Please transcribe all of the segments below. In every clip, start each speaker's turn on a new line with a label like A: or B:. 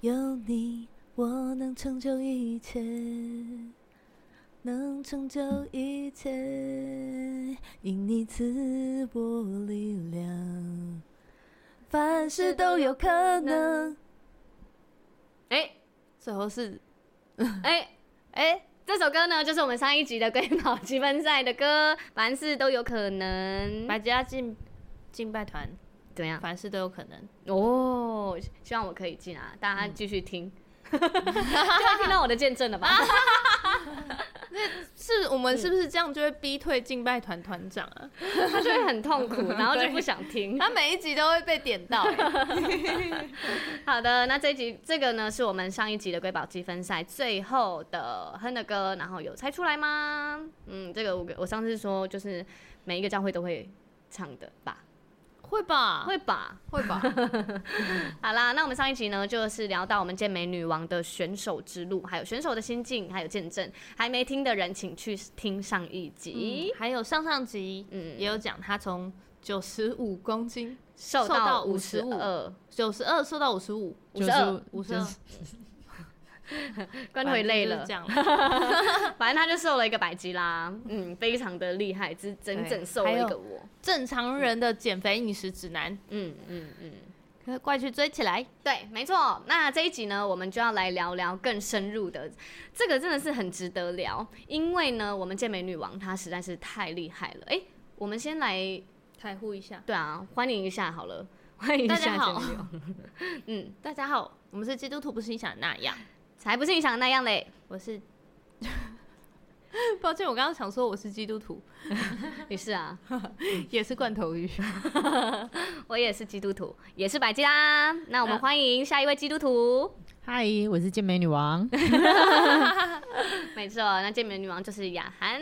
A: 有你，我能成就一切，能成就一切。因你赐我力量，凡事都有可能。
B: 哎
A: 最后
C: 嗯
A: 是
B: 哎哎，这首歌呢，就是我们上一集的瑰宝积分赛的歌，凡事都有可能。
C: 百家敬敬拜团，
B: 怎么样？
C: 凡事都有可能。
B: 哦，希望我可以进啊！大家继续听，就会听到我的见证了吧？
C: 是我们是不是这样就会逼退敬拜团团长啊？
B: 他就会很痛苦，然后就不想听。
C: 他每一集都会被点到、欸
B: 好的，那这一集这个呢，是我们上一集的瑰宝积分赛最后的哼的歌，然后有猜出来吗？嗯，这个我我上次说就是每一个教会都会唱的吧，
C: 会吧？
B: 会吧？
C: 会吧？
B: 好啦，那我们上一集呢，就是聊到我们健美女王的选手之路，还有选手的心境，还有见证。还没听的人，请去听上一集。
C: 还有上上集
B: 嗯，
C: 也有讲他从九十五公斤
B: 瘦
C: 瘦到
B: 到五十
C: 55
B: 二，
C: 九十二瘦到五十五，
B: 五十二，
C: 五十二，
B: 关腿累
C: 反正就是
B: 了
C: 这，样了，
B: 反正他就瘦了一个百斤啦，嗯，非常的厉害，只整整
C: 对
B: 瘦了
C: 还
B: 一
C: 有
B: 个我，
C: 正常人的减肥饮食指南，
B: 嗯嗯嗯，
C: 可快去追起来。
B: 对，没错。那这一集呢，我们就要来聊聊更深入的，这个真的是很值得聊，因为呢，我们健美女王她实在是太厉害了。哎、我们先来，
C: 台呼一下，
B: 对啊，欢迎一下好了，欢迎一
C: 大
B: 下
C: 家
B: 健美
C: 好
B: 女王。嗯，
C: 大家好，我们是基督徒，不是你想的那样。
B: 才不是你想的那样 嘞，
C: 我是， 抱歉，我刚刚想说我是基督 徒，
B: 你是啊，
C: 也是罐头鱼。
B: 我也是基督徒，也是百基啦。那我们欢迎下一位基督徒。
D: 啊嗨，我是健美女王。
B: 没错，那健美女王就是雅涵。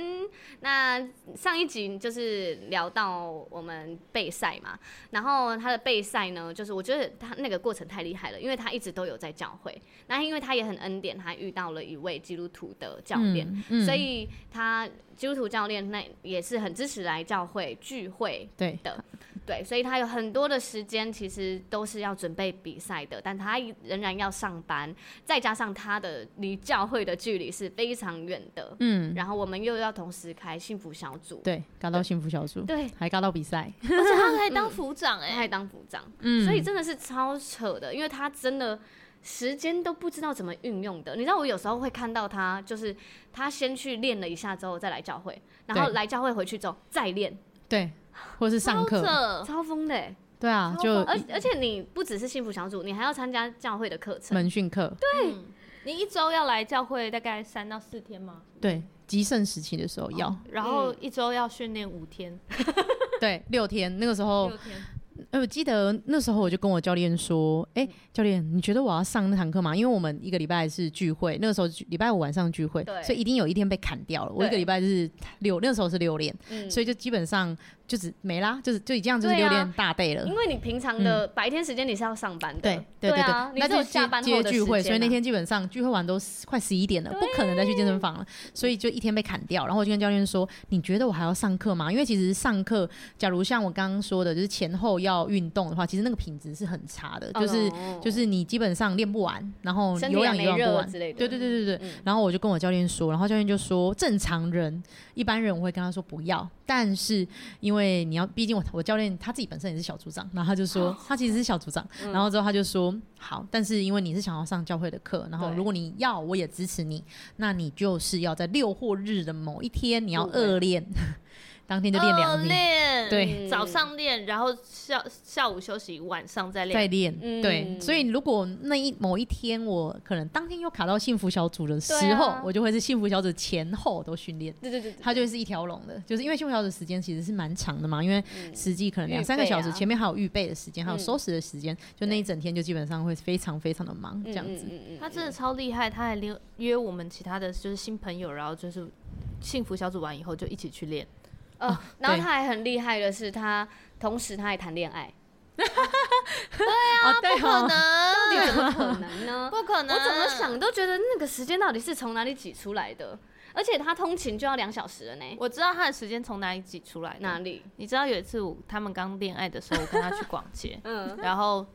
B: 那上一集就是聊到我们备赛嘛，然后她的备赛呢，就是我觉得她那个过程太厉害了，因为她一直都有在教会。那因为她也很恩典，她遇到了一位基督徒的教练，
D: 嗯嗯
B: 所以她基督徒教练那也是很支持来教会聚会。
D: 对，
B: 对，所以她有很多的时间其实都是要准备比赛的，但她仍然要上班，再加上她的离教会的距离是非常远的。
D: 嗯，
B: 然后我们又要同时开幸福小组，
D: 对，嘎到幸福小组，
B: 对，
D: 还嘎到比赛，
C: 而且 他可以当副长哎、
B: 还当副长，
D: 嗯
B: 所以真的是超扯的，因为他真的时间都不知道怎么运用的。你知道我有时候会看到他，就是他先去练了一下之后再来教会，然后
D: 对
B: 来教会回去之后再练，
D: 对，或是上
C: 超
D: 课，
C: 扯
B: 超疯的欸。
D: 对呃啊，
C: 超
D: 就
B: 而而且你不只是幸福小组，你还要参加教会的课程，
D: 门训课，
C: 嗯你一周要来教会大概三到四天吗？
D: 对，极盛时期的时候要，
C: 然后
B: 嗯
C: 一周要训练五天，
D: 对，六天，那个时候
C: 嗯六，天，
D: 呃，我记得那时候我就跟我教练说，哎，
B: 嗯
D: 教练，你觉得我要上那堂课吗？因为我们一个礼拜是聚会，那个时候聚礼拜五晚上聚会
B: 对，
D: 所以一定有一天被砍掉了。我一个
B: 对
D: 礼拜是六，那时候是六练，
B: 嗯
D: 所以就基本上就只没啦，就是就这样，就是
B: 对
D: 六
B: 啊
D: 练大day 了
B: 因。为你平常的白天时间你是要上班的，
D: 呃嗯对对对
B: 啊，你
D: 那
B: 只有
D: 就
B: 下班
D: 接
B: 后
D: 接
B: 的
D: 聚会，
B: 时间
D: 所以那
B: 啊
D: 天基本上聚会完都十快十一点了，不可能再去健身房了，所以就一天被砍掉。然后我就跟教练说：“你觉得我还要上课吗？”因为其实上课，假如像我刚刚说的，就是前后要运动的话，其实那个品质是很差的，就是。
B: 哦
D: 就是你基本上练不完，然后
B: 身体
D: 有氧
B: 也
D: 也
B: 没
D: 用不
B: 热
D: 完
B: 之类的
D: 对对对对对。
B: 嗯
D: 然后我就跟我教练说，然后教练就说，正常人一般人我会跟他说不要，但是因为你要，毕竟我我教练他自己本身也是小组长，然后他就
B: 哦
D: 说他其实是小组长，
B: 嗯
D: 然后之后他就说好，但是因为你是想要上教会的课，然后
B: 对
D: 如果你要，我也支持你，那你就是要在六或日的某一天你要
B: 入会
D: 恶练，
B: 嗯
D: 当天就练两
C: 呃
D: 天。
C: 练
D: 对
C: 早上练，然后下下午休息，晚上再
D: 在
C: 练。
D: 练，
B: 嗯
D: 对，所以如果那一某一天我可能当天又卡到幸福小组的时
B: 对
D: 候，
B: 啊
D: 我就会是幸福小组前后都训练，
B: 对对对对
D: 它就会是一条龙的，就是因为幸福小组时间其实是蛮长的嘛，因为
B: 嗯
D: 实际可能两三
B: 预
D: 个
B: 备啊
D: 小时，前面还有预备的时间，还有
B: 嗯
D: 收拾的时间，就那一整天就基本上会非常非常的忙这样子。
B: 嗯嗯嗯嗯
C: 他真的超厉害，他还约约我们其他的就是新朋友，然后就是幸福小组完以后就一起去练。
B: 哦，
C: 嗯
B: 然后
D: 对
B: 他还很厉害的是，他同时他还谈恋爱，嗯
D: 哦，对哦，
B: 到
C: 能，
B: 底怎么可能
C: 嗯
B: 呢？
C: 不可能，啊
B: 我怎么想都觉得那个时间到底是从哪里挤出来的？而且他通勤就要两小时了呢，
C: 我知道他的时间从哪里挤出来
B: 哎哪
C: 的。
B: 里？ ，
C: 你知道有一次我他们刚恋爱的时候，我跟他去逛街
B: 嗯，
C: 然后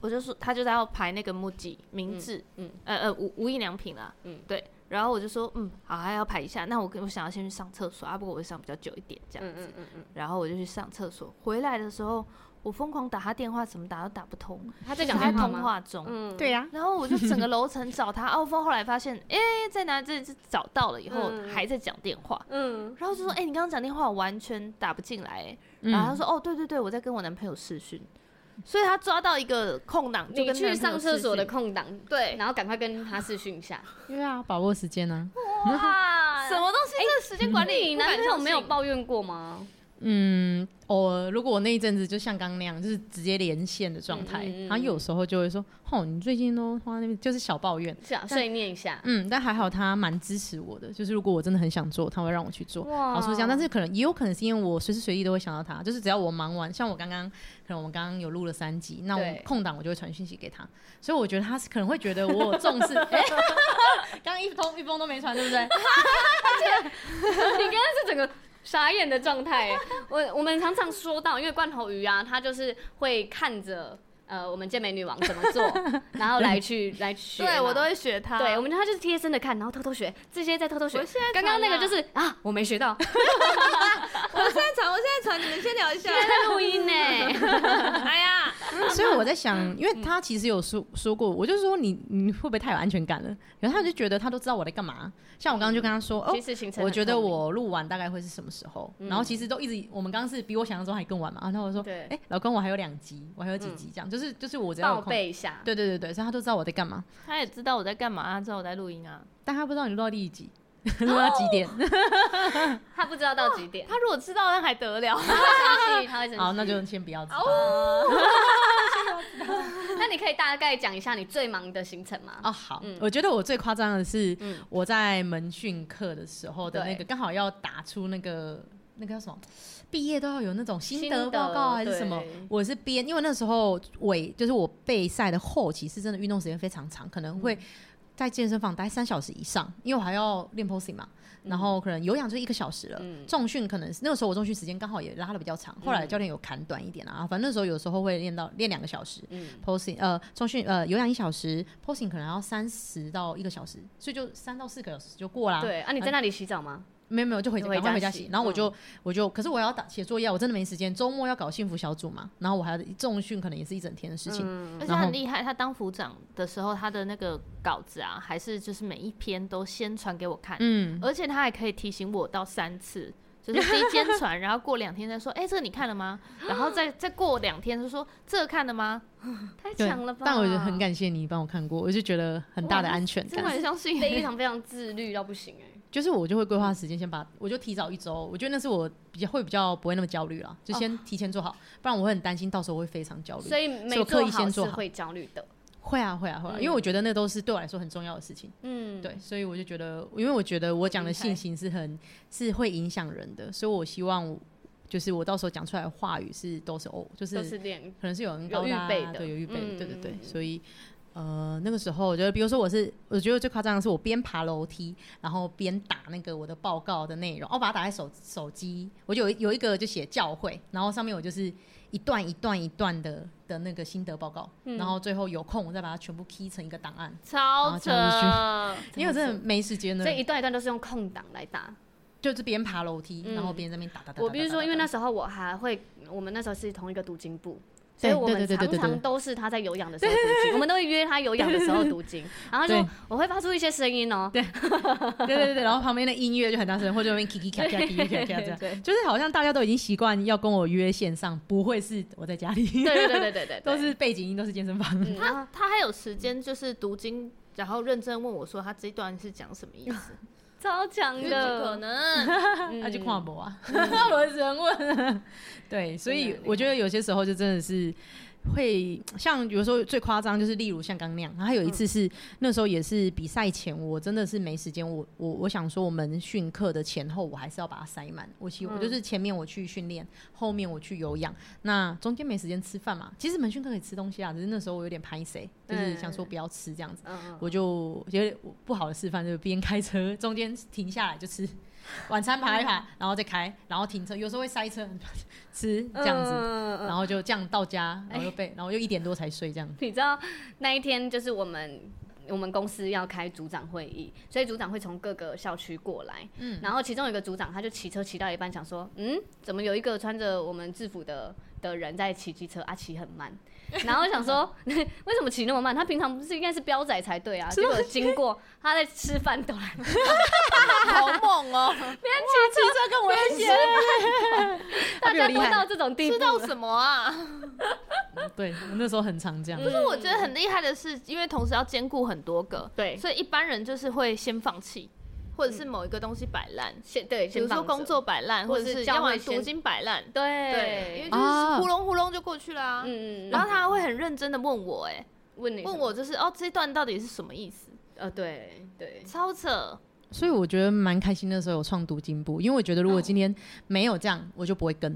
C: 我就说他就是要排那个木吉明治，
B: 嗯嗯
C: 呃呃无无印良品啦，
B: 嗯
C: 对。然后我就说，嗯，好，还要排一下。那我我想要先去上厕所啊，不过我上比较久一点这样
B: 嗯
C: 子。
B: 嗯嗯嗯，
C: 然后我就去上厕所，回来的时候我疯狂打他电话，怎么打都打不通，
B: 他在
C: 讲
B: 讲
C: 在
B: 电话
C: 通
B: 吗？
C: 话中。
B: 嗯，
D: 对呀、
C: 然后我就整个楼层找他，奥峰后来发现，哎、在哪？这这找到了以后
B: 嗯
C: 还在讲电话，
B: 嗯，
C: 然后就说，哎、你刚刚讲电话我完全打不进来、欸
D: 嗯
C: 然后他说，哦，对对对，我在跟我男朋友视讯，所以他抓到一个空档，就
B: 你
C: 跟
B: 去
C: 男朋友
B: 上厕所的
C: 视讯
B: 空档，
C: 对
B: 然后赶快跟他视讯一下。
D: 对啊，把握时间啊。
B: 哇
C: 什么东西？这时间管理，
B: 你男朋友没有
C: 报？
B: 抱怨过吗？
D: 嗯，偶尔如果我那一阵子就像刚那样，就是直接连线的状态，
B: 嗯嗯嗯
D: 然后有时候就会说，哦，你最近都花那边就是小抱怨。
B: 是啊，碎念一下。
D: 嗯，但还好他蛮支持我的，就是如果我真的很想做，他会让我去做。
B: 哇
D: 好说这样，但是可能也有可能是因为我随时随地都会想到他，就是只要我忙完，像我刚刚可能我们刚刚有录了三集，那我
B: 对
D: 空档我就会传讯息给他，所以我觉得他是可能会觉得我有重视。哎， 刚刚一通一封都没传，对不 对？
B: 你刚刚是整个傻眼的状态欸。 我我们常常说到，因为罐头鱼啊，它就是会看着呃我们健美女王怎么做， 然后来去来学嘛。
C: 对我都会学他。
B: 对，我们他就是贴身的看，然后偷偷学，这些在偷偷学
C: 我现在。
B: 刚刚那个就是啊，我没 学到，
C: 我现在传，我现在传，你们 先聊一下。
B: 在录音呢。
C: 哎呀，
D: 所以我在想，
B: 嗯
D: 因为他其实有说说过，我就说你你会不会太有安全感了？然后他就觉得他都知道我在干嘛。像我刚刚就跟他说，哦
B: 其，实行程很
D: 我觉得
B: 透明嗯
D: 我录完大概会是什么时候？然后其实都一直，我们刚刚是比我想象中还更晚嘛。然后我说，
B: 对嗯
D: 哎，老公，我还有两集，我还有几集，这样就是就是我只要
B: 报
D: 有空。
B: 备一下。
D: 对对对对，所以他都知道我在干嘛，
C: 他也知道我在干嘛，知道我在录音啊。
D: 但他不知道你录到第 几，
B: 哦
D: 录到几点。
B: 他不知道到几 点，
C: 他如果知道，那还得了？
B: 他会生气，他会生气。
D: 好，那就先不要知道。
B: 哦
C: 哦
B: 那你可以大概讲一下你最忙的行程吗？
D: 哦，好，
B: 嗯
D: 我觉得我最夸张的是
B: 嗯
D: 我在门训课的时候的那个，
B: 对
D: 刚好要打出那个那个叫什么，毕业都要有那种心
B: 心
D: 得
B: 得
D: 报告还是什么
B: 对。
D: 我是编，因为那时候尾就是我备赛的后期是真的运动时间非常长，可能会。
B: 嗯
D: 在健身房待三小时以上，因为我还要练 posing 嘛，然后可能有氧就一个小时了，
B: 嗯
D: 重训可能是那个时候我重训时间刚好也拉的比较长，后来教练有砍短一点啊，反正那时候有时候会练到练两个小时，
B: 嗯，
D: posing 呃中训呃有氧一小时，posing 可能要三十到一个小时，所以就三到四个小时就过啦。，
B: 对啊，你在那里洗澡吗？
D: 没有没有就回
B: 就
D: 家
B: 回
D: 赶快
B: 家
D: 回家
B: 洗嗯
D: 洗，然后我就、我就可是我要打写作业啊，我真的没时间，周末要搞幸福小组嘛，然后我还要重训可能也是一整天的事情。
C: 而且
D: 然
C: 他
D: 后
C: 很厉害，他当副长的时候，他的那个稿子啊，还是就是每一篇都先传给我看，
D: 嗯，
C: 而且他还可以提醒我到三次。就是第一 天传，然后过两天再说，哎、这个你看了吗？然后再再过两天就说，这个看了吗？
B: 太
D: 对
B: 强了吧！
D: 但我觉得很感谢你帮我看过，我就觉得很大的
B: 哇
D: 安全
B: 真
C: 真
D: 感
C: 的
B: 的。很
C: 很
B: 相
C: 相信，
B: 非常非常自律到不行哎、
D: 就是我就会规划时间，先把我就提早一周，我觉得那是我比较会比较不会那么焦虑啦，就
B: 哦
D: 先提前做好，不然我会很担心到时候会非常焦虑。
B: 所以
D: 所以
B: 没
D: 我刻
B: 做
D: 意
B: 好
D: 先
B: 是
D: 做好
B: 会焦虑的。
D: 会啊会啊会啊，
B: 嗯
D: 因为我觉得那都是对我来说很重要的事情。
B: 嗯，
D: 对，所以我就觉得，因为我觉得我讲的
B: 厉害
D: 信心是很是会影响人的，所以我希望我就是我到时候讲出来的话语是都是哦，就是
B: 都是练。
D: 可能是有人高啊
B: 有预备的
D: 对，有预备的，
B: 嗯
D: 对对对
B: 嗯，嗯
D: 所以。呃，那个时候我觉得，比如说我是，我觉得最夸张的是我边爬楼梯，然后边打那个我的报告的内容，哦，把它打在手手机，我就有一有一个就写教会，然后上面我就是一段一段一段的的那个心得报告，然后最后有空我再把它全部 key 成一个档案，
C: 超
D: 哦
C: 扯，
D: 因为我真的没时间了。
B: 这一段一段都是用空档来打。
D: 就是边爬楼梯，
B: 嗯
D: 然后边在那边打打打。
B: 我必须说，因为那
D: 那
B: 时候我还会，我们那时候是同一个读经部，所
D: 对
B: 以我们
D: 对对对
B: 常
D: 对对
B: 常都是他在有氧的时候读经，我们都会约他有氧的时候读经，然后就
D: 对
B: 我会发出一些声音哦，
D: 对对对对，然后旁边的音乐就很大声，或者那边 kiki 卡卡 kiki 卡卡这样，
B: 对
D: 就是好像大家都已经习惯要跟我约线上，不会是我在家里，
B: 对对对对对对，
D: 都是背景音都是健身房。
B: 嗯，然后
C: 他他还有时间就是读经，然后认真问我说他这一段是讲什么意思？
B: 超强
C: 不可
B: 的，
C: 能，
D: 那
B: 嗯
D: 就看我啊， 我只能问。对，所以我觉得有些时候就真的是会像，有时候最夸张就是例如像刚那样，然后还有一次是、那时候也是比赛前，我真的是没时间，我我我想说我们训课的前后我还是要把它塞满，我希望、我就是前面我去训练，后面我去有氧，那中间没时间吃饭嘛，其实门训课可以吃东西啊，只是那时候我有点拍谁，就是想说不要吃这样子。
B: 嗯，
D: 我就觉得我不好的示范，就是边开车中间停下来就吃，晚餐爬一
B: 嗯
D: 爬，然后再开，然后停车，有时候会塞车嗯吃这样子，
B: 嗯哎
D: 然后就这样到家，然后又被，然后又一点多才睡这样。
B: 你知道那一天就是我们我们公司要开组长会议，所以组长会从各个校区过来。嗯，然后其中有一个组长他就骑车骑到一半，想说，嗯，怎么有一个穿着我们制服的的人在骑机车啊，骑很 慢。然后想说， 为什么骑那么慢？他平常不是应该是彪仔才对啊？结果经过他在吃饭都来，
C: 好猛 哦！
D: 骑车更危险，
B: 大
D: 他比
B: 家
D: 我厉
B: 多到
D: 害。
B: 这种地
C: 吃
B: 步了，
C: 到什么啊？
B: 嗯
D: 对，我那时候很常这样。
C: 就是我觉得很厉害的是，因为同时要兼顾很多个，
B: 对
C: 所以一般人就是会先放弃，或者是某一个东西摆烂，
B: 先对，
C: 比
B: 先
C: 如说
B: 放着
C: 工作摆烂，
B: 或
C: 或
B: 者
C: 者
B: 是
C: 是
B: 教
C: 要
B: 会
C: 么
B: 先
C: 读经摆烂，对，因为，
B: 对
D: 啊
C: 就是呼隆呼隆就过去了啊。
B: 嗯嗯，
C: 然
B: 然
C: 后
B: 后
C: 他会很认真的问我，哎，
B: 问你什
C: 问
B: 么
C: 我就是哦，这一段到底是什么意思？
B: 呃，对对，
C: 超扯，
D: 所以我觉得蛮开心那时候有创读经部，因为我觉得如果今天没有这样，我就不会跟，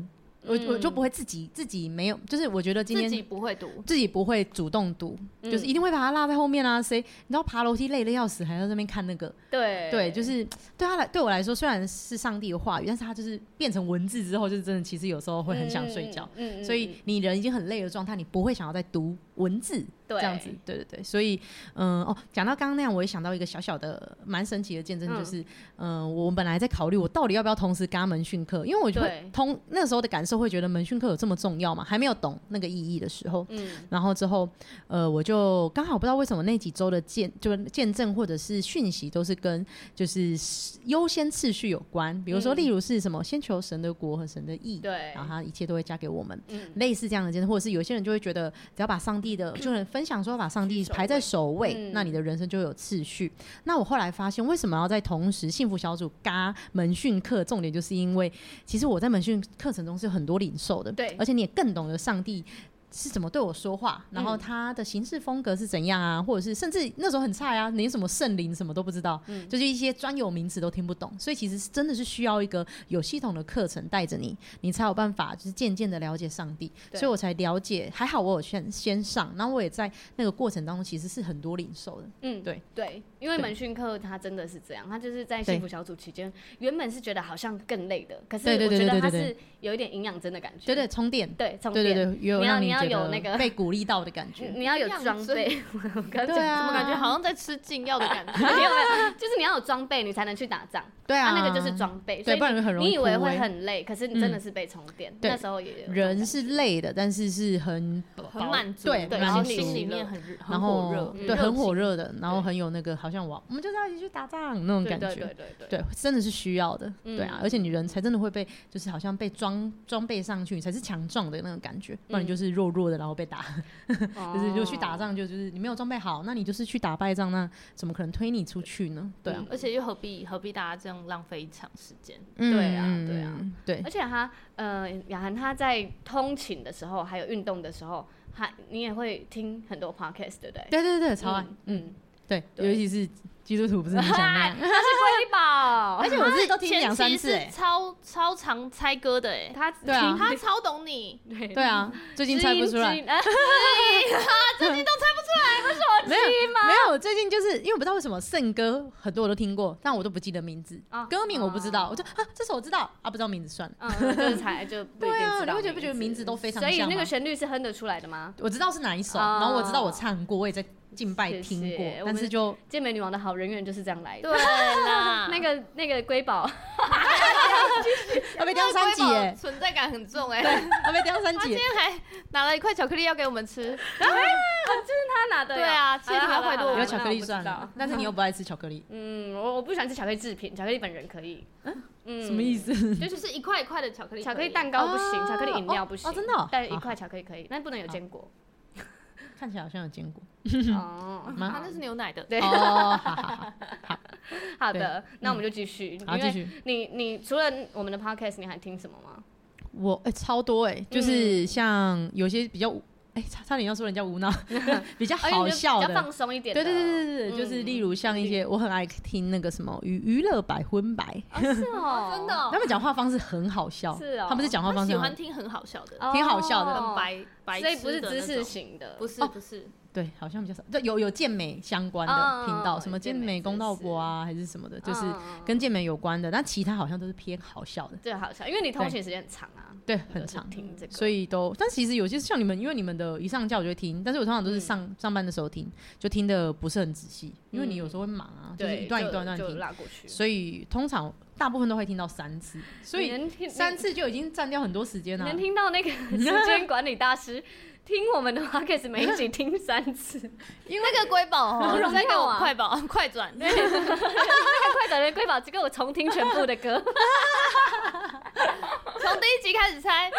D: 我
B: 嗯
D: 我就不会自己自己没有，就是我觉得今
C: 自
D: 天
C: 己不会读，
D: 自己不会主动读，
B: 嗯
D: 就是一定会把它落在后面啊。谁你知道爬楼梯累得要死，还在那边看那个？
B: 对
D: 对，就是对他来对我来说，虽然是上帝的话语，但是他就是变成文字之后，就是真的，其实有时候会很想睡觉。
B: 嗯，嗯嗯嗯
D: 所以你人已经很累的状态，你不会想要再读文字
B: 对
D: 这样子，对对对。所以，嗯、哦，讲到刚刚那样，我也想到一个小小的蛮神奇的见证，
B: 嗯
D: 就是，嗯、我本来在考虑我到底要不要同时跟他门训课，因为我就
B: 对
D: 会通那时候的感受会觉得门训课有这么重要吗？还没有懂那个意义的时候，
B: 嗯
D: 然后之后，呃，我就刚好不知道为什么那几周的见就是见证或者是讯息都是跟就是优先次序有关，比如说
B: 嗯
D: 例如是什么先求神的国和神的义，
B: 对
D: 然后他一切都会加给我们。
B: 嗯
D: 类似这样的见证，或者是有些人就会觉 得，只要把上帝的，就是分享说把上帝排在首位，
B: 嗯
D: 那你的人生就有次序。那我后来发现，为什么要在同时幸福小组嘎门训课？重点就是因为，其实我在门训课程中是有很多领受的，
B: 对
D: 而且你也更懂得上帝。是怎么对我说话？然后
B: 嗯
D: 他的行事风格是怎样啊？或者是甚至那时候很菜啊，连什么圣灵什么都不知道，
B: 嗯
D: 就是一些专有名词都听不懂。所以其实是真的是需要一个有系统的课程带着你，你才有办法就是渐渐的了解上帝，
B: 对
D: 所以我才了解。还好我有先先上，然后我也在那个过程当中其实是很多领受的，
B: 嗯，
D: 对
B: 对，因为
D: 对
B: 门训课它真的是这样，它就是在
D: 对
B: 幸福小组期间，原本是觉得好像更累的，可是
D: 对对
B: 我觉
D: 对
B: 得
D: 对
B: 它
D: 对
B: 是有一点营养针的感觉，
D: 对对，充电，
B: 对，充
D: 对对
B: 电，
D: 对，有
B: 你要
D: 让
B: 你要
D: 觉
B: 有
D: 得
B: 那个
D: 被鼓励到的感
B: 嗯你
D: 觉，
B: 你要有
C: 营养
B: 装
C: 针
B: 备， 我刚
D: 对
B: 讲
C: 怎
D: 啊，
C: 么感觉好像在吃禁药的 感觉？
B: 没有没有，就是你要有装备，你才能去打仗，
D: 对啊，
B: 那个就是装备，所
D: 对
B: 以
D: 不然很容易
B: 你以为
D: 枯
B: 会
D: 萎
B: 很累，可是你真的
D: 嗯
B: 是被充电，
D: 对
B: 那时候也有这种
D: 人
B: 感
D: 是累的，但是是很
C: 很满足，
D: 对
B: 对
C: 然后
B: 满足
C: 心里面很热很
D: 然
C: 火
D: 后
C: 嗯热，
D: 对很火
C: 热
D: 热的，然后
B: 对
D: 很有那个好像我我们就是要一起去打仗那种
B: 觉
D: 感
B: 对
D: 觉
B: 对对。对对，
D: 对，真的是需要的，对啊
B: 嗯，
D: 而且你人才真的会被，就是好像被装装备上去，你才是强壮的那种感觉，不然你就是弱弱的，然后被打，就是如果去
B: 嗯
D: 打
B: 哦，
D: 仗，就就是你没有装备好，那你就是去打败仗，那怎么可能推你出去呢？对啊
C: 情，，而且又何必何必大家这样浪费一场时间？
D: 嗯
B: 对啊对啊，
D: 嗯对
B: 而且他呃，雅涵他在通勤的时候，还有运动的时候，还你也会听很多 podcast，对不对？
D: 对对对，超爱，嗯，
B: 嗯，
D: 对，
B: 对
D: 尤其是基督徒不是你想那 样，
B: 他是瑰宝，
D: 而且我自己都听两
C: 前
D: 三
C: 期
D: 次，
C: 是
D: 哎，
C: 超超常猜歌的哎，
B: 他
D: 对啊
C: 他超懂你，
B: 对
D: 对啊，最近
B: 知
D: 猜不
B: 音
D: 出
B: 知
D: 来，
B: 音啊
D: 没有没有，我最近就是因为我不知道为什么圣歌很多我都听过，但我都不记得名字
B: 哦，
D: 歌名我不知
B: 哦
D: 道，我就啊这首我知道啊，不知道名字算了，
B: 嗯，就是才就不一定
D: 对啊
B: 知
D: 你
B: 道
D: 会觉得不觉得名字都非常
B: 所以
D: 像
B: 那个
D: 吗
B: 旋律是哼得出来的吗？
D: 我知道是哪一首，
B: 哦
D: 然后我知道我唱过，我也在敬拜
B: 谢
D: 听
B: 啊谢
D: 过，
B: 我
D: 但
B: 们
D: 是就哦
B: 健美女王的好人缘就是这样来的。
C: 对
D: 啊
C: 啦，
B: 那个那个瑰宝，
D: 要被掉三级
C: 瑰宝
D: 哎，
C: 存在感很重哎，
D: 要被掉三
C: 他
D: 级
C: 今
D: 耶。
C: 天还拿了一块巧克力要给我们吃，
B: 他拿的
C: 对啊，其实
B: 好
C: 你
B: 啦
C: 要
B: 好啦
C: 坏
B: 好
C: 多
B: 啦
D: 有
C: 我，
D: 巧克力算
B: 那我不知
D: 了
B: 道，
D: 但是你又不爱吃巧克力，
B: 嗯，我我不喜欢吃巧克力制品，巧克力本人可以。嗯
D: 什么意？思？
C: 就是一块一块的巧克力，
B: 巧克力蛋糕不行，
D: 哦
B: 巧克力饮料不
D: 哦
B: 行，
D: 哦真的哦
B: 但一块巧克力可以，但不能有坚果。
D: 看起来好像有见 过。
B: 哦，
D: 吗
C: 啊，那是牛奶的，
B: 对，
D: 哦，好好好，
B: 好的，那我们就继续，
D: 嗯好
B: 因
D: 继
B: 为
D: 续。
B: 你你除了我们的 podcast，你还听什么吗？
D: 我哎、超多哎、
B: 嗯
D: 就是像有些比较无哎、差差点要说人家 无脑，比较好
B: 哎
D: 笑
B: 你就比较
D: 的。
B: 放松一点
D: 对
B: 的。嗯
D: 对对对对，就是例如像一些我很爱听那个什么娱娱乐百分百，
B: 对，是哦，
C: 真的，哦
D: 他，们讲话方式很好笑，
B: 是哦
D: 他们是讲话
C: 他
D: 方式
C: 喜
D: 很
C: 欢听很好笑的，
B: 哦
D: 挺好笑的
C: 很白白痴
B: 所
C: 的那种，哦
B: 以不是知识型的，
C: 不是不是，
D: 对，好像比较少。对，有有健美相关的频道，
B: 哦
D: 什么健
B: 健美
D: 美公
B: 知
D: 道
B: 识
D: 博啊，还是什么的，就是
B: 嗯
D: 跟健美有关的。但其他好像都是偏好笑的，
B: 这好笑，因为你通勤时间很长啊，
D: 对，
B: 就
D: 很
B: 是
D: 长。
B: 听这个，
D: 所以都，但其实有些像你们，因为你们的一上架我就会听，但是我通常都是上、上班的时候听，就听的不是很仔细，因为你有时候会忙啊，就是
B: 对
D: 一段一段一段
B: 就就
D: 听，
B: 拉过去，
D: 所以通常大部分都会听到三次，所
B: 你
D: 以
B: 能听
D: 三次就已经占掉很多时间啊
B: 你
D: 了
B: 能。听到那个时间管理大师听我们的 podcast 每一集听三 次，
C: 那个瑰宝
B: 好
C: 哦，
B: 荣
C: 那
B: 耀
C: 个
B: 啊
C: 快宝 快转，
B: 快转的瑰宝只给我重听全部的歌，
C: 从第一集开始猜，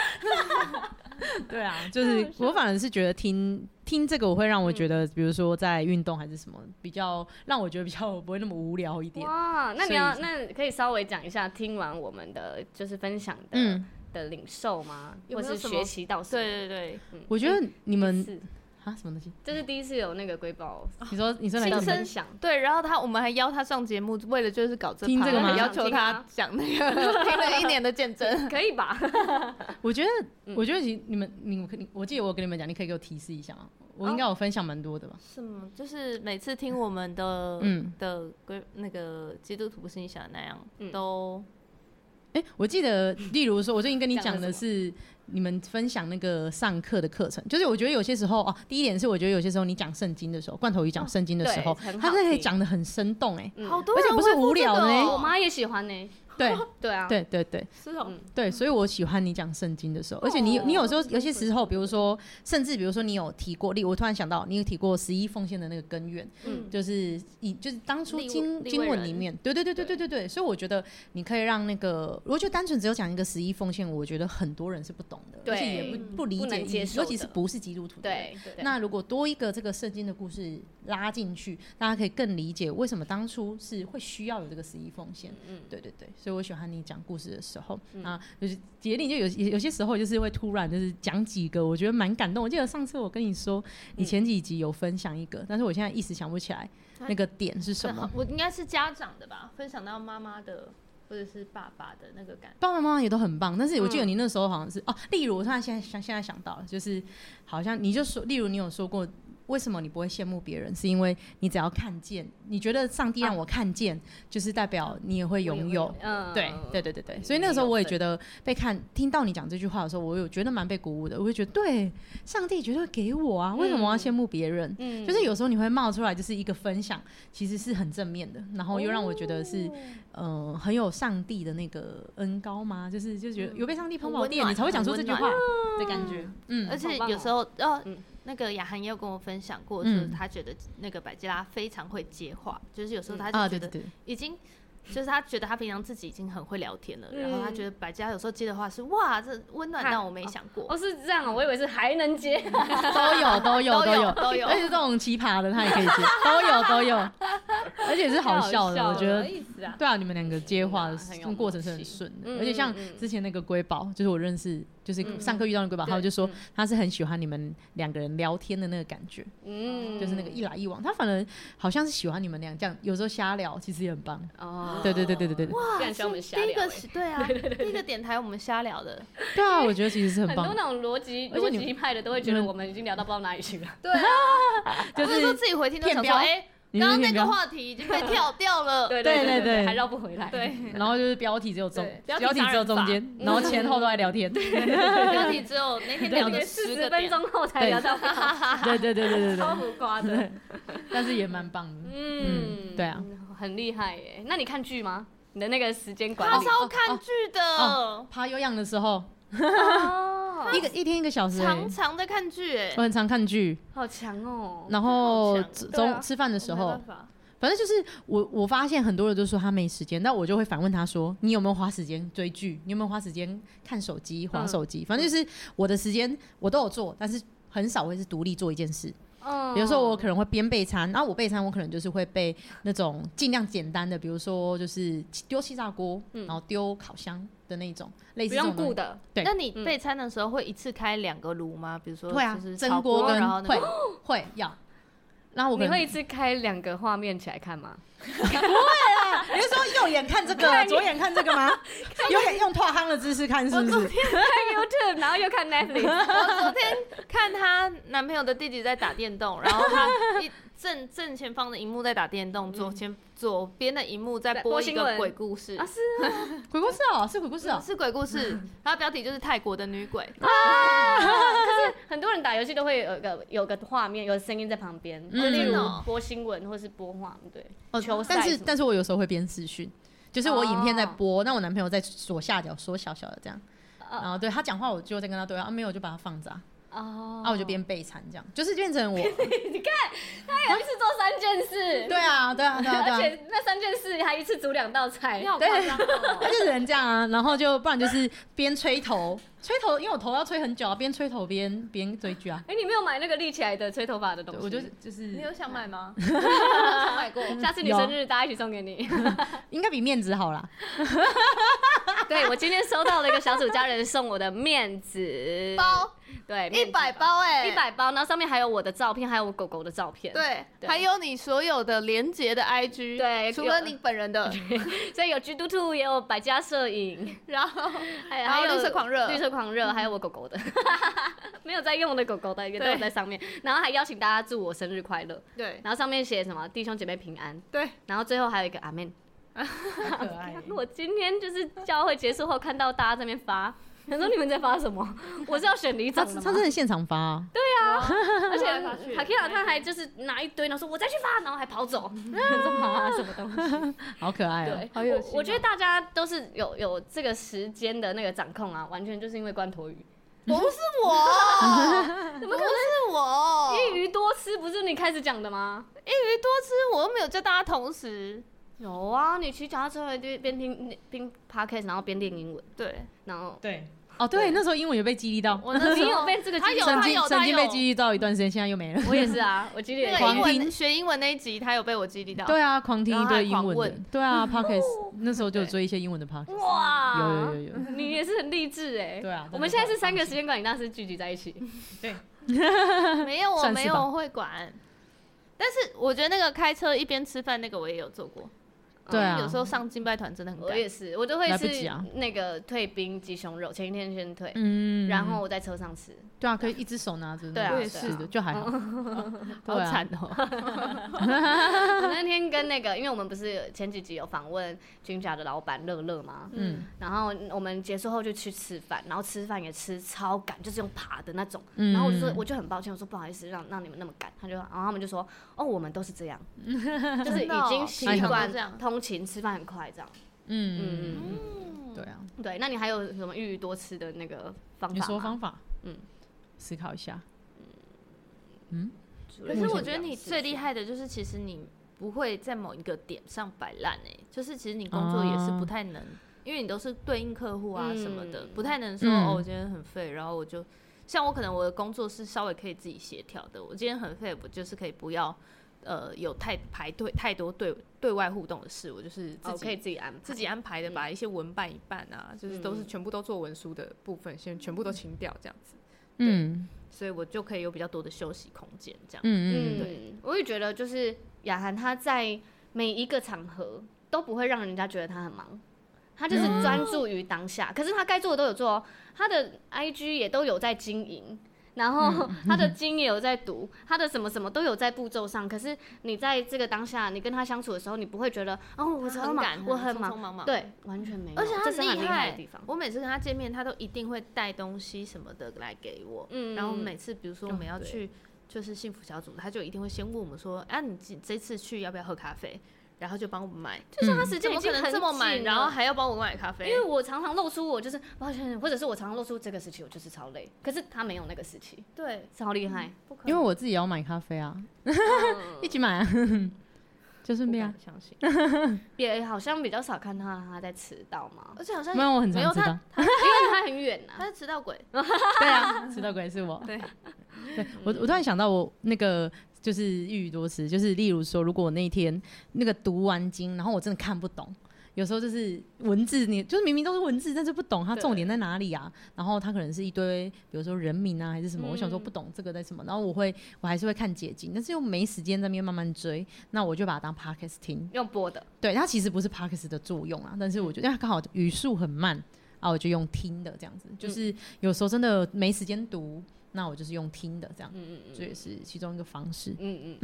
D: 对啊，就是我反而是觉得听听这个，我会让我觉得，比如说在运动还是什么，比较让我觉得比较不会那么无聊一 点。
B: 哇，那你
D: 所以
B: 要那可以稍微讲一下，听完我们的就是分享的、
D: 嗯
B: 的领受吗？
C: 有
B: 或
C: 没有
B: 是
C: 什
B: 学
C: 么
B: 习到什么？
C: 对对对，
D: 我觉得你们
B: 是，
D: 啊什么东西？
B: 这是第一次有那个瑰宝
D: 你说你说来
B: 的
C: 新
D: 听什么
C: 生
B: 分享，
C: 对，然后他我们还邀他上节目，为了就是搞这
D: 听啊
C: 趴
D: 这个吗
C: 要求他讲那个听了一年的见证，
B: 可以吧？
D: 我觉得，我觉得其实你们，你我可你我记得我跟你们讲，你可以给我提示一下吗？我应该有分享蛮多的吧？
C: 什么 就是每次听我们的
D: 嗯
C: 的归那个基督徒信侠那样
B: 嗯
C: 都
D: 哎、我记 得，例如说，我最近跟你讲
B: 讲
D: 的
B: 了
D: 是你们分享那个上课的课程，就是我觉得有些时候哦，第一点是我觉得有些时候你讲圣经的时候，罐头鱼讲圣经的时候，
B: 对很好
D: 他真的可以
B: 听
D: 讲的很生动、哎、
B: 嗯哎
C: 好多
D: 而且
C: 人
D: 不是
C: 会附
D: 无聊
C: 这个
D: 呢
C: 哦
B: 我妈也喜欢呢，
D: 对
B: 对啊，
D: 对对对
C: 是哦
B: 嗯
D: 对，所以我喜欢你讲圣经的
B: 哦
D: 时候，而且你有你有时候有些时候，比如说，甚至比如说你有提过，例我突然想到，你有提过十一奉献的那个根源，
B: 嗯，
D: 就是以就是当初
C: 立
D: 经
C: 立
D: 经
C: 位
D: 文
C: 人
D: 里面，对对对对对对对，所以我觉得你可以让那个，如果就单纯只有讲一个十一奉献，我觉得很多人是不懂的，而且也
B: 对
D: 不不理
B: 不能
D: 解
B: 接
D: 意义，
B: 受
D: 尤其
B: 的
D: 是不是基督徒的人。
B: 对对，
D: 那如果多一个这个圣经的故事拉进去，大家可以更理解为什么当初是会需要有这个十一奉献。
B: 嗯
D: 对对对，所以我喜欢你讲故事的时候、啊，就是杰林就有有有些时候就是会突然就是讲几个，我觉得蛮感动。我记得上次我跟你说，你前几集有分享一个，但是我现在一时想不起来
B: 嗯
D: 那个点是什
C: 正好
D: 么。
C: 我应该是家长的吧，分享到妈妈的或者是爸爸的那个感
D: 爸爸妈妈也都很棒，但是我记得你那时候好像是、哦，例如我突然现在想现在想到了，就是好像你就说，例如你有说过，为什么你不会羡慕别人，是因为你只要看见，你觉得上帝让我看见，就是代表你也会拥有。
B: 嗯
D: 对对对对对，所以那个时候我也觉得被看听到你讲这句话的时候，我有觉得蛮被鼓舞的。我会觉得，对，上帝绝对给我啊，为什么我要羡慕别人？
B: 嗯
D: 就是有时候你会冒出来，就是一个分享，其实是很正面的，然后又让我觉得是，嗯、很有上帝的那个恩高吗？就是就觉得有被上帝
C: 很
D: 喷饱
C: 温
D: 电，
C: 暖
D: 你才会讲出
C: 很
D: 这
C: 温暖
D: 句话的感觉。嗯，
C: 觉，而且
B: 好棒哦
C: 有时候哦
B: 嗯，
C: 那个雅涵也有跟我分享过，就是
D: 嗯
C: 他觉得那个百吉拉非常会接话，就是有时候
B: 嗯
C: 他
D: 啊，
C: 就觉
D: 对对
C: 得
D: 对，
C: 已经。就是他觉得他平常自己已经很会聊天了，然后他
B: 嗯
C: 觉得百吉拉有时候接的话是哇，这温暖
B: 嗨
C: 到我没想过，
B: 哦是这样哦，我以为是还能接，
D: 都有都有
C: 都
D: 都
C: 有
D: 有
C: 都有
D: 而且这种奇葩的他也可以接，都有都有，而且是好 笑的，我
B: 什
D: 觉
B: 么
D: 得。
B: 意思啊，
D: 对啊，你们两个接话的
B: 嗯很有
D: 这种过程是
B: 默
D: 很
B: 契
D: 顺的，
B: 嗯
D: 而且像
B: 嗯嗯
D: 之前那个瑰宝，就是我认识，就是
B: 嗯
D: 上课遇到的瑰宝，
B: 对
D: 他就说
B: 嗯
D: 他是很喜欢你们两个人聊天的那个感觉，
B: 嗯
D: 就是那个一来一往，他反而好像是喜欢你们俩这样，有时候瞎聊，其实也很棒。
B: 哦
D: 对对对对对对对，
B: 哇
C: 哇
B: 然
C: 是
B: 说我们瞎
C: 第一
B: 聊
C: 个
B: 欸
C: 是对 啊，第一个点台我们瞎聊的，
D: 对啊，我觉得其实是很
B: 很多
D: 棒，
B: 那种逻辑
D: 而且
B: 逻
D: 你
B: 辑派的都会觉
D: 你
B: 得
D: 们
B: 我们已经聊到不知道哪里去 了，
C: 对啊，
D: 就
C: 就是说
D: 是
C: 自己回听都想
D: 骗
C: 说，
D: 标
C: 哎，
D: 你
C: 刚刚
D: 们
C: 那
D: 先
C: 个
D: 不要
C: 话题已经被跳掉了，
B: 对
D: 对
B: 对
D: 对对
B: 还绕不回来，
C: 对，
D: 然后就是标题只有中
C: 对，标
D: 标
C: 题
D: 题
C: 杀
D: 只有
C: 人
D: 中
C: 法
D: 间，然后前后都在聊天。
C: 标题只有那天聊
B: 感
C: 的
B: 觉
C: 十
B: 四
C: 个
B: 十
C: 点
B: 分，钟后才聊到，
D: 对对对对对
B: 超
D: 对，
B: 浮夸的，
D: 但是也蛮棒的。
B: 嗯，
D: 嗯对啊，
B: 很厉害耶。那你看剧吗？你的那个时间管
C: 他
B: 理
C: 超看剧的
D: 哦，爬有氧的时候，
B: 哦
D: 一个一天一个小时、欸
C: 常，常在看剧，哎
D: 我，很常看剧，
B: 好强哦。
D: 然后
C: 好强
D: 中
B: 对啊
D: 中吃饭的时
C: 我
D: 候
C: 没，办法
D: 反正就是我我发现很多人都说他没时间，但我就会反问他说：“你有没有花时间追剧？你有没有花时间看手机、
B: 嗯
D: 划手机？”反正就是我的时间我都有做，但是
B: 哦
D: 很少会是独立做一件事。
B: 嗯
D: 比如说我可能会边备餐，然后我备餐我可能就是会备那种尽量简单的，比如说就是丢气炸锅，然后丢烤箱的那种，类
B: 嗯不
D: 似这种
B: 用
D: 东西
B: 顾的，
D: 对
C: 那你备餐的时候会一次开两个炉吗？比如说，
D: 会啊
C: 就是，
D: 蒸
C: 炒
D: 锅
C: 锅，
D: 跟
C: 然后那
D: 会
C: 个
D: 会要。然后我可
B: 你
D: 能
B: 会一次开两个画面起来看吗？
D: 我你是说右眼看这 个，左眼看这个吗？右眼用拓夯的姿势看是不是？
B: YouTube，然后又看 Netflix，
C: 我昨天看她男朋友的弟弟在打电动，然后他一正正前方的荧幕在打电动，左前左边的荧幕在
B: 在播
C: 播一
B: 新
C: 个
B: 闻
C: 鬼故事
B: 啊，是啊，
D: 鬼故事哦，是鬼故事 哦。
C: 是鬼故事，它的标题就是泰国的女鬼，
B: 很多人打游戏都会有一个有个画面，有声音在旁边，就
D: 嗯
B: 例
C: 真
B: 如
C: 的哦
B: 播新闻或是播画，对，
D: 哦
B: 球赛
D: 但
B: 什
D: 是
B: 么
D: 但是我有时候会边视讯，就是我影片在
B: 哦
D: 播，那我男朋友在左下角缩小小的这样，
B: 哦
D: 然后对他讲话我就在跟他对话，啊没有我就把它放着啊，
B: 哦
D: 啊我就边备餐这样，就是变成我，
B: 他一次做三件事，
D: 对啊对啊对啊对
B: 而
D: 啊，
B: 且那三件事还一次煮两道菜
C: 你，好夸张哦！
D: 他就只能这样啊，然后就不然就是边吹头，吹头因为我头要吹很久啊，边吹头边边追剧啊，
B: 哎，你没有买那个立起来的吹头发的东
D: 对
B: 西，
D: 我就是就是
C: 你有想买吗？ 我想买过，
B: 下次你
D: 有
B: 生日，大家一起送给你。
D: 应该比面子好啦，
B: 对我今天收到了一个小组家人送我的面子，
C: 包
B: 对，
C: 一百包哎，
B: 一百包，然后上面还有我的照片，还有我狗狗的照片。，
C: 对，
B: 对
C: 还有你所有的连接的 IG，
B: 对
C: 除
B: 有
C: 了你本人的，
B: 所以有居嘟兔，也有百家摄影，
C: 然后
B: 还有
C: 然后绿色狂热
B: 哦绿色狂热，还有我狗狗的， 没有在用的狗狗的也都
C: 对
B: 有在上面。然后还邀请大家祝我生日快乐，
C: 对
B: 然后上面写什么弟兄姐妹平安，
C: 对，
B: 然后最后还有一个阿门。
D: 好可爱
B: 我今天就是教会结束后看到大家这边发，他说你们在发什么？我是要选里
D: 他
B: 长的
D: 他
B: 吗
D: 真？的现场发啊，
B: 而且
C: 发来发去
B: 塔 K 拉他还就是拿一堆，然后说我再去发，然后还跑走，这妈什么东西？
D: 好可爱哦
B: 对，，
C: 好有
B: 我
C: 心
B: 我
C: 哦
B: 觉得大家都是有有这个时间的那个掌控啊，完全就是因为关头鱼，
C: 不是 我，怎么可能是我？
B: 一鱼多吃不是你开始讲的吗？
C: 一鱼多吃，我又没有叫大家同时，
B: 有啊，你骑脚踏车边边听边 podcast，然后边练英文，
C: 对
B: 然后
D: 对，哦对，那时候英文也被激励到，
C: 我 那时
B: 你
C: 候
B: 有被这个
C: 他
B: 激励
C: 有
B: 到
D: 曾
B: 吗
D: 经
C: 有他
D: 曾经被
C: 有
D: 激励到一段时间，现在又没了。
B: 我也是啊，我激励
C: 那
B: 也
C: 个英
B: 是
D: 狂
C: 文
D: 听
C: 学英文那一集，他有被我激励到，
D: 对啊，狂听一堆英
C: 然后还
D: 文
C: 狂
D: 的
C: 问，
D: 对啊 p o d c a s 那时候就有追一些英文的 p o d c a s
B: 哇嗯
D: 有有，有有，
B: 你也是很励志哎，
D: 对啊
B: 我们现在是三个时间管理大师聚集在一起，
C: 没有我
D: 啊算是吧
C: 没有哦会管，但是我觉得那个开车一边吃饭那个我也有做过，
D: 对啊，
C: 有时候上敬拜团真的很
B: 我
C: 赶，
B: 也是，我都会
D: 来不及
B: 是
D: 啊
B: 那个退冰鸡胸肉，前一天先退，
D: 嗯，
B: 然后我在车上吃，
D: 对啊，可以一只手拿着那个，
B: 对啊
C: 我也是
D: 是的，就还好，
C: 好
D: 对啊
C: 惨哦，
B: 我 那天跟那个，因为我们不是前几集有访问军甲的老板乐乐吗？
D: 嗯
B: 然后我们结束后就去吃饭，然后吃饭也吃超赶，就是用爬的那种。
D: 嗯
B: 然后我就说，我就很抱歉，我说不好意思让让你们那么赶。他就，然后他们就说，哦，我们都是这样，就是
C: 真的哦
B: 已经习
D: 平常
B: 惯
C: 都这样
B: 通勤吃饭很快这样。
D: 嗯
B: 嗯，
D: 对啊，
B: 对。那你还有什么一鱼多吃的那个方法？
D: 你说方？法，
B: 嗯
D: 嗯，思考一下，
B: 可
C: 可是我觉得你最厉害的就是，其实你不会在某一个点上摆烂哎，就是其实你工作也是不太能，因为你都是对应客户啊
B: 嗯
C: 什么的，不太能说、
D: 嗯
C: 哦，我今天很废，然后我就像我可能我的工作是稍微可以自己协调的，我今天很废，我就是可以不要呃有太排队太多对对外互动的事，我就是自
B: 哦，
C: 己、
B: 可以自己安排，嗯
E: 自己安排的，把一些文办一办啊，就是都是全部都做文书的部分，先全部都清掉这样子，
D: 嗯
C: 所以我就可以有比较多的休息空间这样。
D: 嗯嗯，
B: 嗯，我也觉得就是雅涵她在每一个场合都不会让人家觉得她很忙，她就是
D: 嗯
B: 专注于当下。可是她该做的都有做哦，她的 IG 也都有在经营。然后
D: 嗯
B: 她的经也有在读，她的什么什么都有在步骤上。可是你在这个当下，你跟她相处的时候，你不会觉得哦，我
C: 他
B: 超
C: 很
B: 忙
C: 赶，
B: 我
C: 很
B: 很
C: 匆匆
B: 忙，
C: 忙忙
B: 对，完全没有。
C: 而且
B: 这
C: 他
B: 是很厉害的地方。
C: 我每次跟他见面，他都一定会带东西什么的来给我。
B: 嗯
C: 然后每次比如说我们要
B: 对
C: 去就是幸福小组，他就一定会先问我们说：“啊，你这这次去要不要喝咖啡？”然后就帮我们买。
B: 就是
D: 嗯
B: 她
C: 怎
B: 时间已
C: 么可
B: 经
C: 能
B: 很
C: 这么满，
B: 紧
C: 然后
B: 了
C: 还要帮我买咖
B: 因为
C: 啡？
B: 我常常露出我就是抱歉，或者是我常常露出这个时期我就是超累，可是他没有那个时期，
C: 对，嗯
B: 超厉害。
C: 不可能。
D: 因为我自己也要买咖啡啊， 一起买啊，就顺
C: 不
D: 便
C: 敢
D: 啊，
C: 相信，
B: 也好像比较少看他他在迟到嘛，
C: 而且好像
D: 没有我很
C: 没有
D: 常知道
C: 他，，
B: 因为他很远呐、
C: 他啊是迟到鬼。
D: 对啊，知道鬼是我。
C: 对，
D: 对我我突然想到我那个。就是一语多词，就是例如说，如果我那一天那个读完经，然后我真的看不懂，有时候就是文字，你就是明明都是文字，但是不懂它
C: 对
D: 重点在哪里啊。然后它可能是一堆，比如说人名啊还是什么，我
C: 嗯
D: 想说不懂这个在什么，然后我会我还是会看解禁，但是又没时间在那边慢慢追，那我就把它当 podcast 听。
B: 用播的，
D: 对，它其实不是 podcast 的作用啊，但是我觉得因为它刚好语速很慢啊，我就用听的这样子，就是
B: 嗯
D: 有时候真的没时间读，那我就是用听的这样，
B: 嗯嗯
D: 这也是其中一个方式，
B: 嗯嗯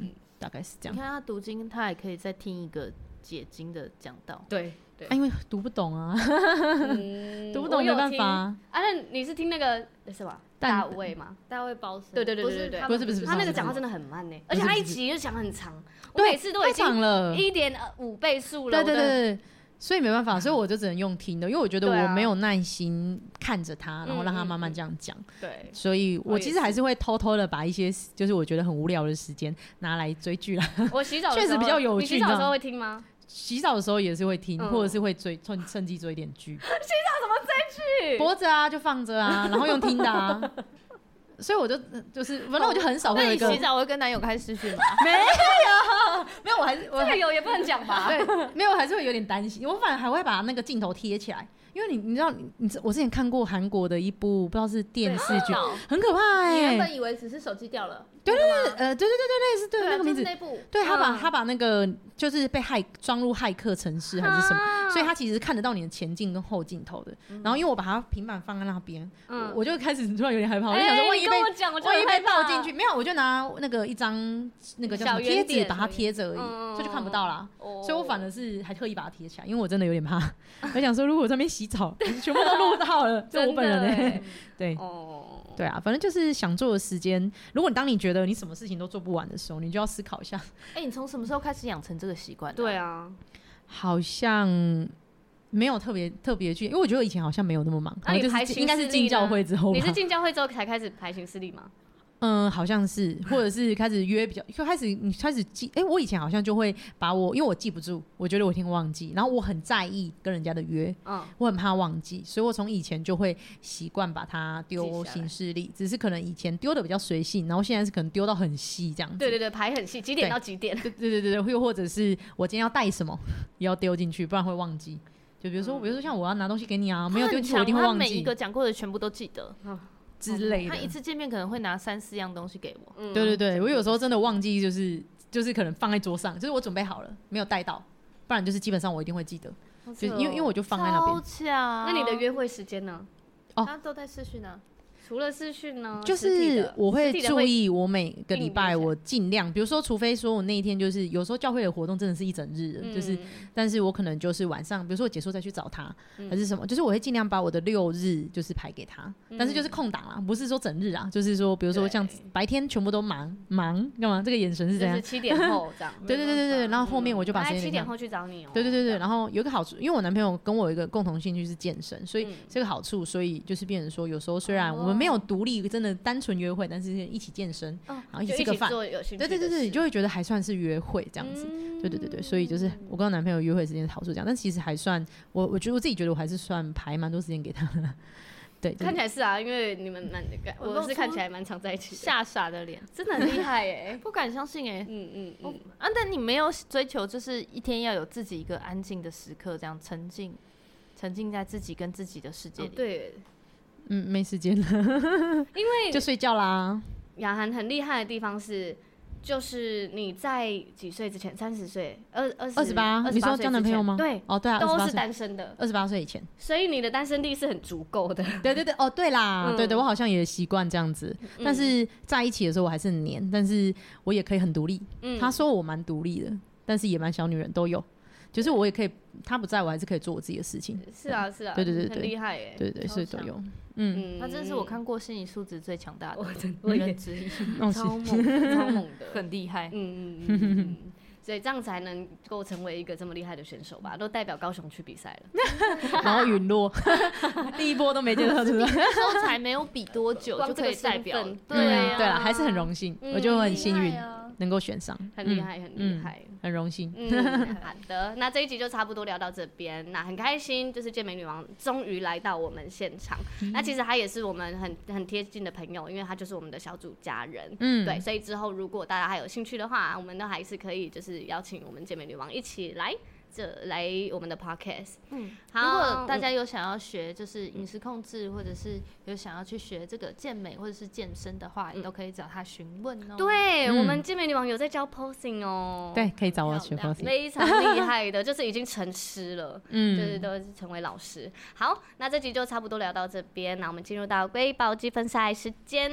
D: 嗯大概是这
C: 你
D: 样。
C: 看他读经，他还可以再听一个解经的讲道。
B: 对对
D: 啊，因为读不懂啊，
B: 嗯
D: 读不懂没办法啊。
B: 啊，那你是听那个什么
D: 但
B: 大卫吗？
C: 大卫包森
B: 对对对对对对
D: 不是不是不
B: 他那个
D: 是
B: 讲话
D: 不是
B: 真的很慢呢，
D: 不
B: 而
D: 是
B: 且他
D: 不
B: 一
D: 是
B: 集就讲很长，我
D: 对
B: 每次都
D: 太
B: 已经
D: 长了，
B: 一点五倍速了。
D: 对对
B: 我的，
D: 对对，所以没办法，所以我就只能用听的，因为我觉得
B: 对啊嗯
D: 我没有耐心看着他，然后让他慢慢这样讲，
C: 对，
D: 所以我其实还是会偷偷的把一些就是我觉得很无聊的时间拿来追剧啦。
B: 我洗澡的
D: 确实
B: 时候
D: 比较有
B: 你
D: 趣
B: 洗澡的
D: 这
B: 时
D: 样
B: 候会听吗？
D: 洗澡的时候也是会听，
B: 嗯
D: 或者是会追趁趁机追点剧。洗澡怎么追剧？播着啊，就放着啊，然后用听的啊。所以我就就是，反正我就很少会有
C: 那
D: 一
C: 你
D: 个
C: 洗澡会跟男友开视 讯吗？
D: 没有，我还是我
B: 这个有也不能讲吧？
D: 对，没有，还是会有点担心。我反而还会把那个镜头贴起来，因为你你知道，你你知我之前看过韩国的一部不知道是电视剧，很可怕
C: 你
D: 哎、
C: 原本以为只是手机掉了，
D: 呃，对对对对，类似对
C: 啊
D: 那个名字
C: 就是，那部
D: 对他把
B: 嗯
D: 他把那个就是被骇装入骇客城市还是什么。
B: 啊
D: 所以他其实是看得到你的前镜跟后镜头的，然后因为我把它平板放在那边，
B: 嗯
D: 我我就开始突然有点害怕，我就
B: 哎
D: 想说，万
B: 你
D: 一
B: 跟
D: 被
B: 我讲，我就
D: 万一
B: 很
D: 被
B: 害
D: 抱
B: 怕
D: 进去，。没有，我就拿那个一张那个叫什么
B: 小
D: 贴
B: 圆
D: 纸
B: 点
D: 把它贴着而已，
B: 嗯
D: 所以就看不到啦。
B: 哦
D: 所以我反而是还特意把它贴起来，因为我真的有 点怕。我想说，如果我在那边洗澡，全部都录 到了，就我
B: 真的
D: 本人哎、
B: 欸
D: 对
B: 哦，
D: 对啊，反正就是想做的时间。如果你当你觉得你什么事情都做不完的时候，你就要思考一下，
C: 哎，你从什么时候开始养成这个习惯？
B: 对，啊，
D: 好像。没有特别特别去，因为我觉得我以前好像没有那么忙，
B: 那
D: 好
B: 你
D: 像就
B: 排
D: 是
B: 行
D: 应该是
B: 事
D: 进
B: 历
D: 教
B: 呢
D: 会之后吧
B: 你。是进教会之后才开始排行事历吗？
D: 嗯，好像是，或者是开始约比较，就开始你开始记，哎、我以前好像就会把我，因为我记不住，我觉得我一定会忘记，然后我很在意跟人家的约，
B: 嗯，
D: 我很怕忘记，所以我从以前就会习惯把它丢
B: 记下来
D: 行事历，只是可能以前丢的比较随性，然后现在是可能丢到很细这样子。
B: 对对对，排很细，几点
D: 对
B: 到几点？
D: 对对对对对，又或者是我今天要带什么， 也要丢进去，不然会忘记。就比如说，比如说像我要拿东西给你啊，没有丢进去我一定会
C: 嗯他
D: 忘
C: 每一
D: 记
C: 个讲过的全部都记得，
D: 之类的
C: 他。一次见面可能会拿三四样东西给我，
B: 嗯
D: 对对对，我有时候真的忘记，就是就是可能放在桌上，就是我准备好了没有带到，不然就是基本上我一定会记得，就因为因为我就放在那边
C: 哦超。强。
B: 哦那你的约会时间呢？
D: 哦
C: 他都在视讯啊，
B: 除了视讯呢，
D: 就
B: 实体
D: 是
B: 的
D: 我会
B: 实体的
D: 注意，我每个礼
B: 避
D: 拜
B: 免一下
D: 我尽量，比如说，除非说我那一天就是有时候教会的活动真的是一整日
B: 嗯
C: 嗯
D: 的，就是，但是我可能就是晚上，比如说我结束再去找他，
B: 嗯
D: 还是什么，就是我会尽量把我的六日就是排给他，但是就是空档啦，不是说整日啊，就是说比如说像
B: 嗯对
D: 白天全部都忙忙干嘛，这个眼神是
B: 就
D: 怎样
B: 是？七点后这样
D: 。对对对对对，然后后面我就把
B: 他
D: 时
B: 嗯
D: 间
B: 七
D: 给
B: 点
D: 他。
B: 后去找你哦。
D: 对对对
B: 这
D: 对，
B: 样
D: 然后有一个好处，因为我男朋友跟我有一个共同兴趣是健身，所以
B: 嗯哦
D: 这个好处，所以就是变成说，有时候虽然我们没有独立真的单纯约会，但是一起健身，
B: 哦
D: 然后一
B: 就
D: 起
B: 一
D: 吃个
B: 起
D: 饭，
B: 做有兴趣
D: 对
B: 的
D: 对对对，你
B: 事
D: 就会觉得还算是约会这样子。
B: 嗯
D: 对对对对，所以就是我跟我男朋友约会时间的好处这样，但其实还算我，我觉得我自己觉得我还是算排蛮多时间给他的。对，
B: 看起
D: 来
B: 来是啊，因为你们蛮，我
C: 露
B: 是
C: 出
B: 看起来蛮常在一起的，
C: 吓傻的脸，
B: 真的很厉害 哎。
C: 不敢相信哎。
B: 嗯嗯嗯，
C: 啊，但你没有追求，就是一天要有自己一个安静的时刻，这样沉浸，沉浸在自己跟自己的世界
B: 哦
C: 里。
B: 对，
D: 嗯没时间了，
B: 因为
D: 就睡觉啦。
B: 雅涵很厉害的地方是，就是你在几岁之前，三十岁、二二
D: 二十八，你说交男朋友吗？
B: 对，
D: 哦对啊，
B: 都
D: 28
B: 是
D: 岁，
B: 单身的，
D: 二十八岁以前。
B: 所以你的单身力是很足够的。
D: 对对对，哦，对啦，
B: 嗯
D: 对对，我好像也习惯这样子。但是在一起的时候我还是很黏，但是我也可以很独立。
B: 嗯
D: 他说我蛮独立的，但是也蛮小女人都有，就是我也可以，他不在我还是可以做我自己的事情。
B: 是啊是啊，
D: 对对对
B: 很
D: 对
B: 厉害哎。
D: 对对对，
C: 超
D: 所以都
C: 强
D: 有。嗯，
B: 嗯
C: 他真是我看过心理素质最强大的
B: 我
C: 女
B: 也
C: 人之 一，
D: 哦是
B: 超猛 的超猛的，
C: 很厉 害。
B: 嗯嗯嗯嗯嗯，所以这样才能够成为一个这么厉害的选手吧，都代表高雄去比赛了。
D: 然后陨落，第一波都没见到，对不对？
C: 那时候才没有比多久
B: 光
C: 就
B: 这
C: 可
B: 个
C: 以代
B: 身
C: 表
B: 份
C: 了，
B: 对啊
D: 嗯对啦，还是很荣幸，
B: 嗯
D: 我觉得我很幸运
C: 厉害啊
D: 能够选上，
B: 很厉害，很厉
D: 嗯
B: 害。
D: 很荣幸。
B: 嗯，好的，那这一集就差不多聊到这边。那很开心，就是健美女王终于来到我们现场。
D: 嗯
B: 那其实她也是我们很很贴近的朋友，因为她就是我们的小组家人。
D: 嗯，
B: 对，，所以之后如果大家还有兴趣的话，我们都还是可以就是邀请我们健美女王一起来这来我们的 podcast。
C: 嗯，
B: 好，
C: 如果大家
B: 嗯
C: 有想要学就是饮食控制，或者是有想要去学这个健美或者是健身的话，
B: 嗯
C: 也都可以找他询问哦。，
B: 对、
D: 嗯
B: 我们健美女王有在教 posing 哦，
D: 对，，可以找我学
C: 漂亮
D: cosy。
B: 非常厉害的，就是已经成师了。就是
D: 嗯，
B: 都是成为老师。好，那这集就差不多聊到这边，那我们进入到瑰宝积分赛时间。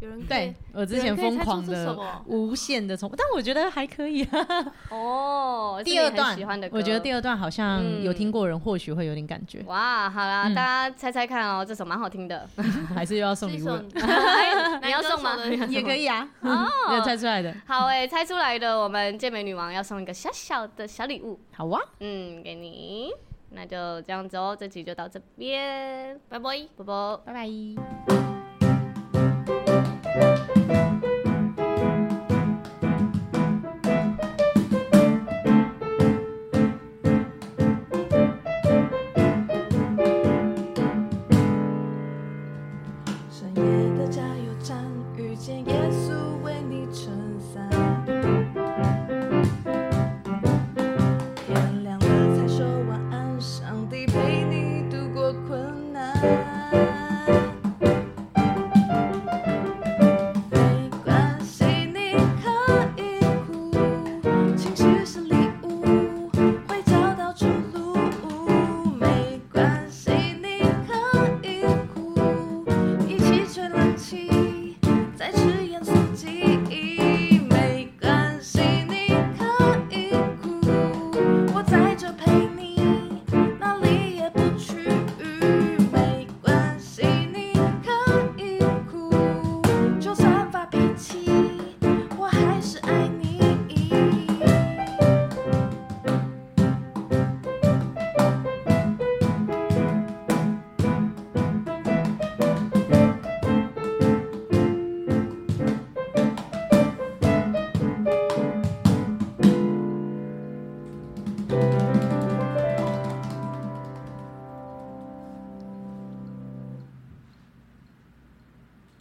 C: 有人可以
D: 对我之前疯狂
C: 有人可以猜出这首
D: 的
C: 哦
D: 无限的重，但我觉得还可以啊。
B: 哦，
D: 第二
B: 喜欢的
D: 段，
B: 歌。
D: 我觉得第
B: 二
D: 二段好像
B: 嗯
D: 有听过人或许会有点感觉，
B: 哇，好啦，
D: 嗯
B: 大家猜猜看哦，这首蛮好听的。
D: 还是又要送
C: 是一
D: 礼物
C: 首
D: 了，
C: 男
B: 你要送 吗
C: 歌手的
D: 也可以啊， 没有
B: 哦，
D: 猜出来的，
B: 好诶，猜出来的，我们健美女王要送一个小小的小礼物，
D: 好啊，
B: 嗯，给你。那就这样子哦，这集就到这边，
C: 拜拜。
B: 波波。
D: 拜拜。
B: 拜拜。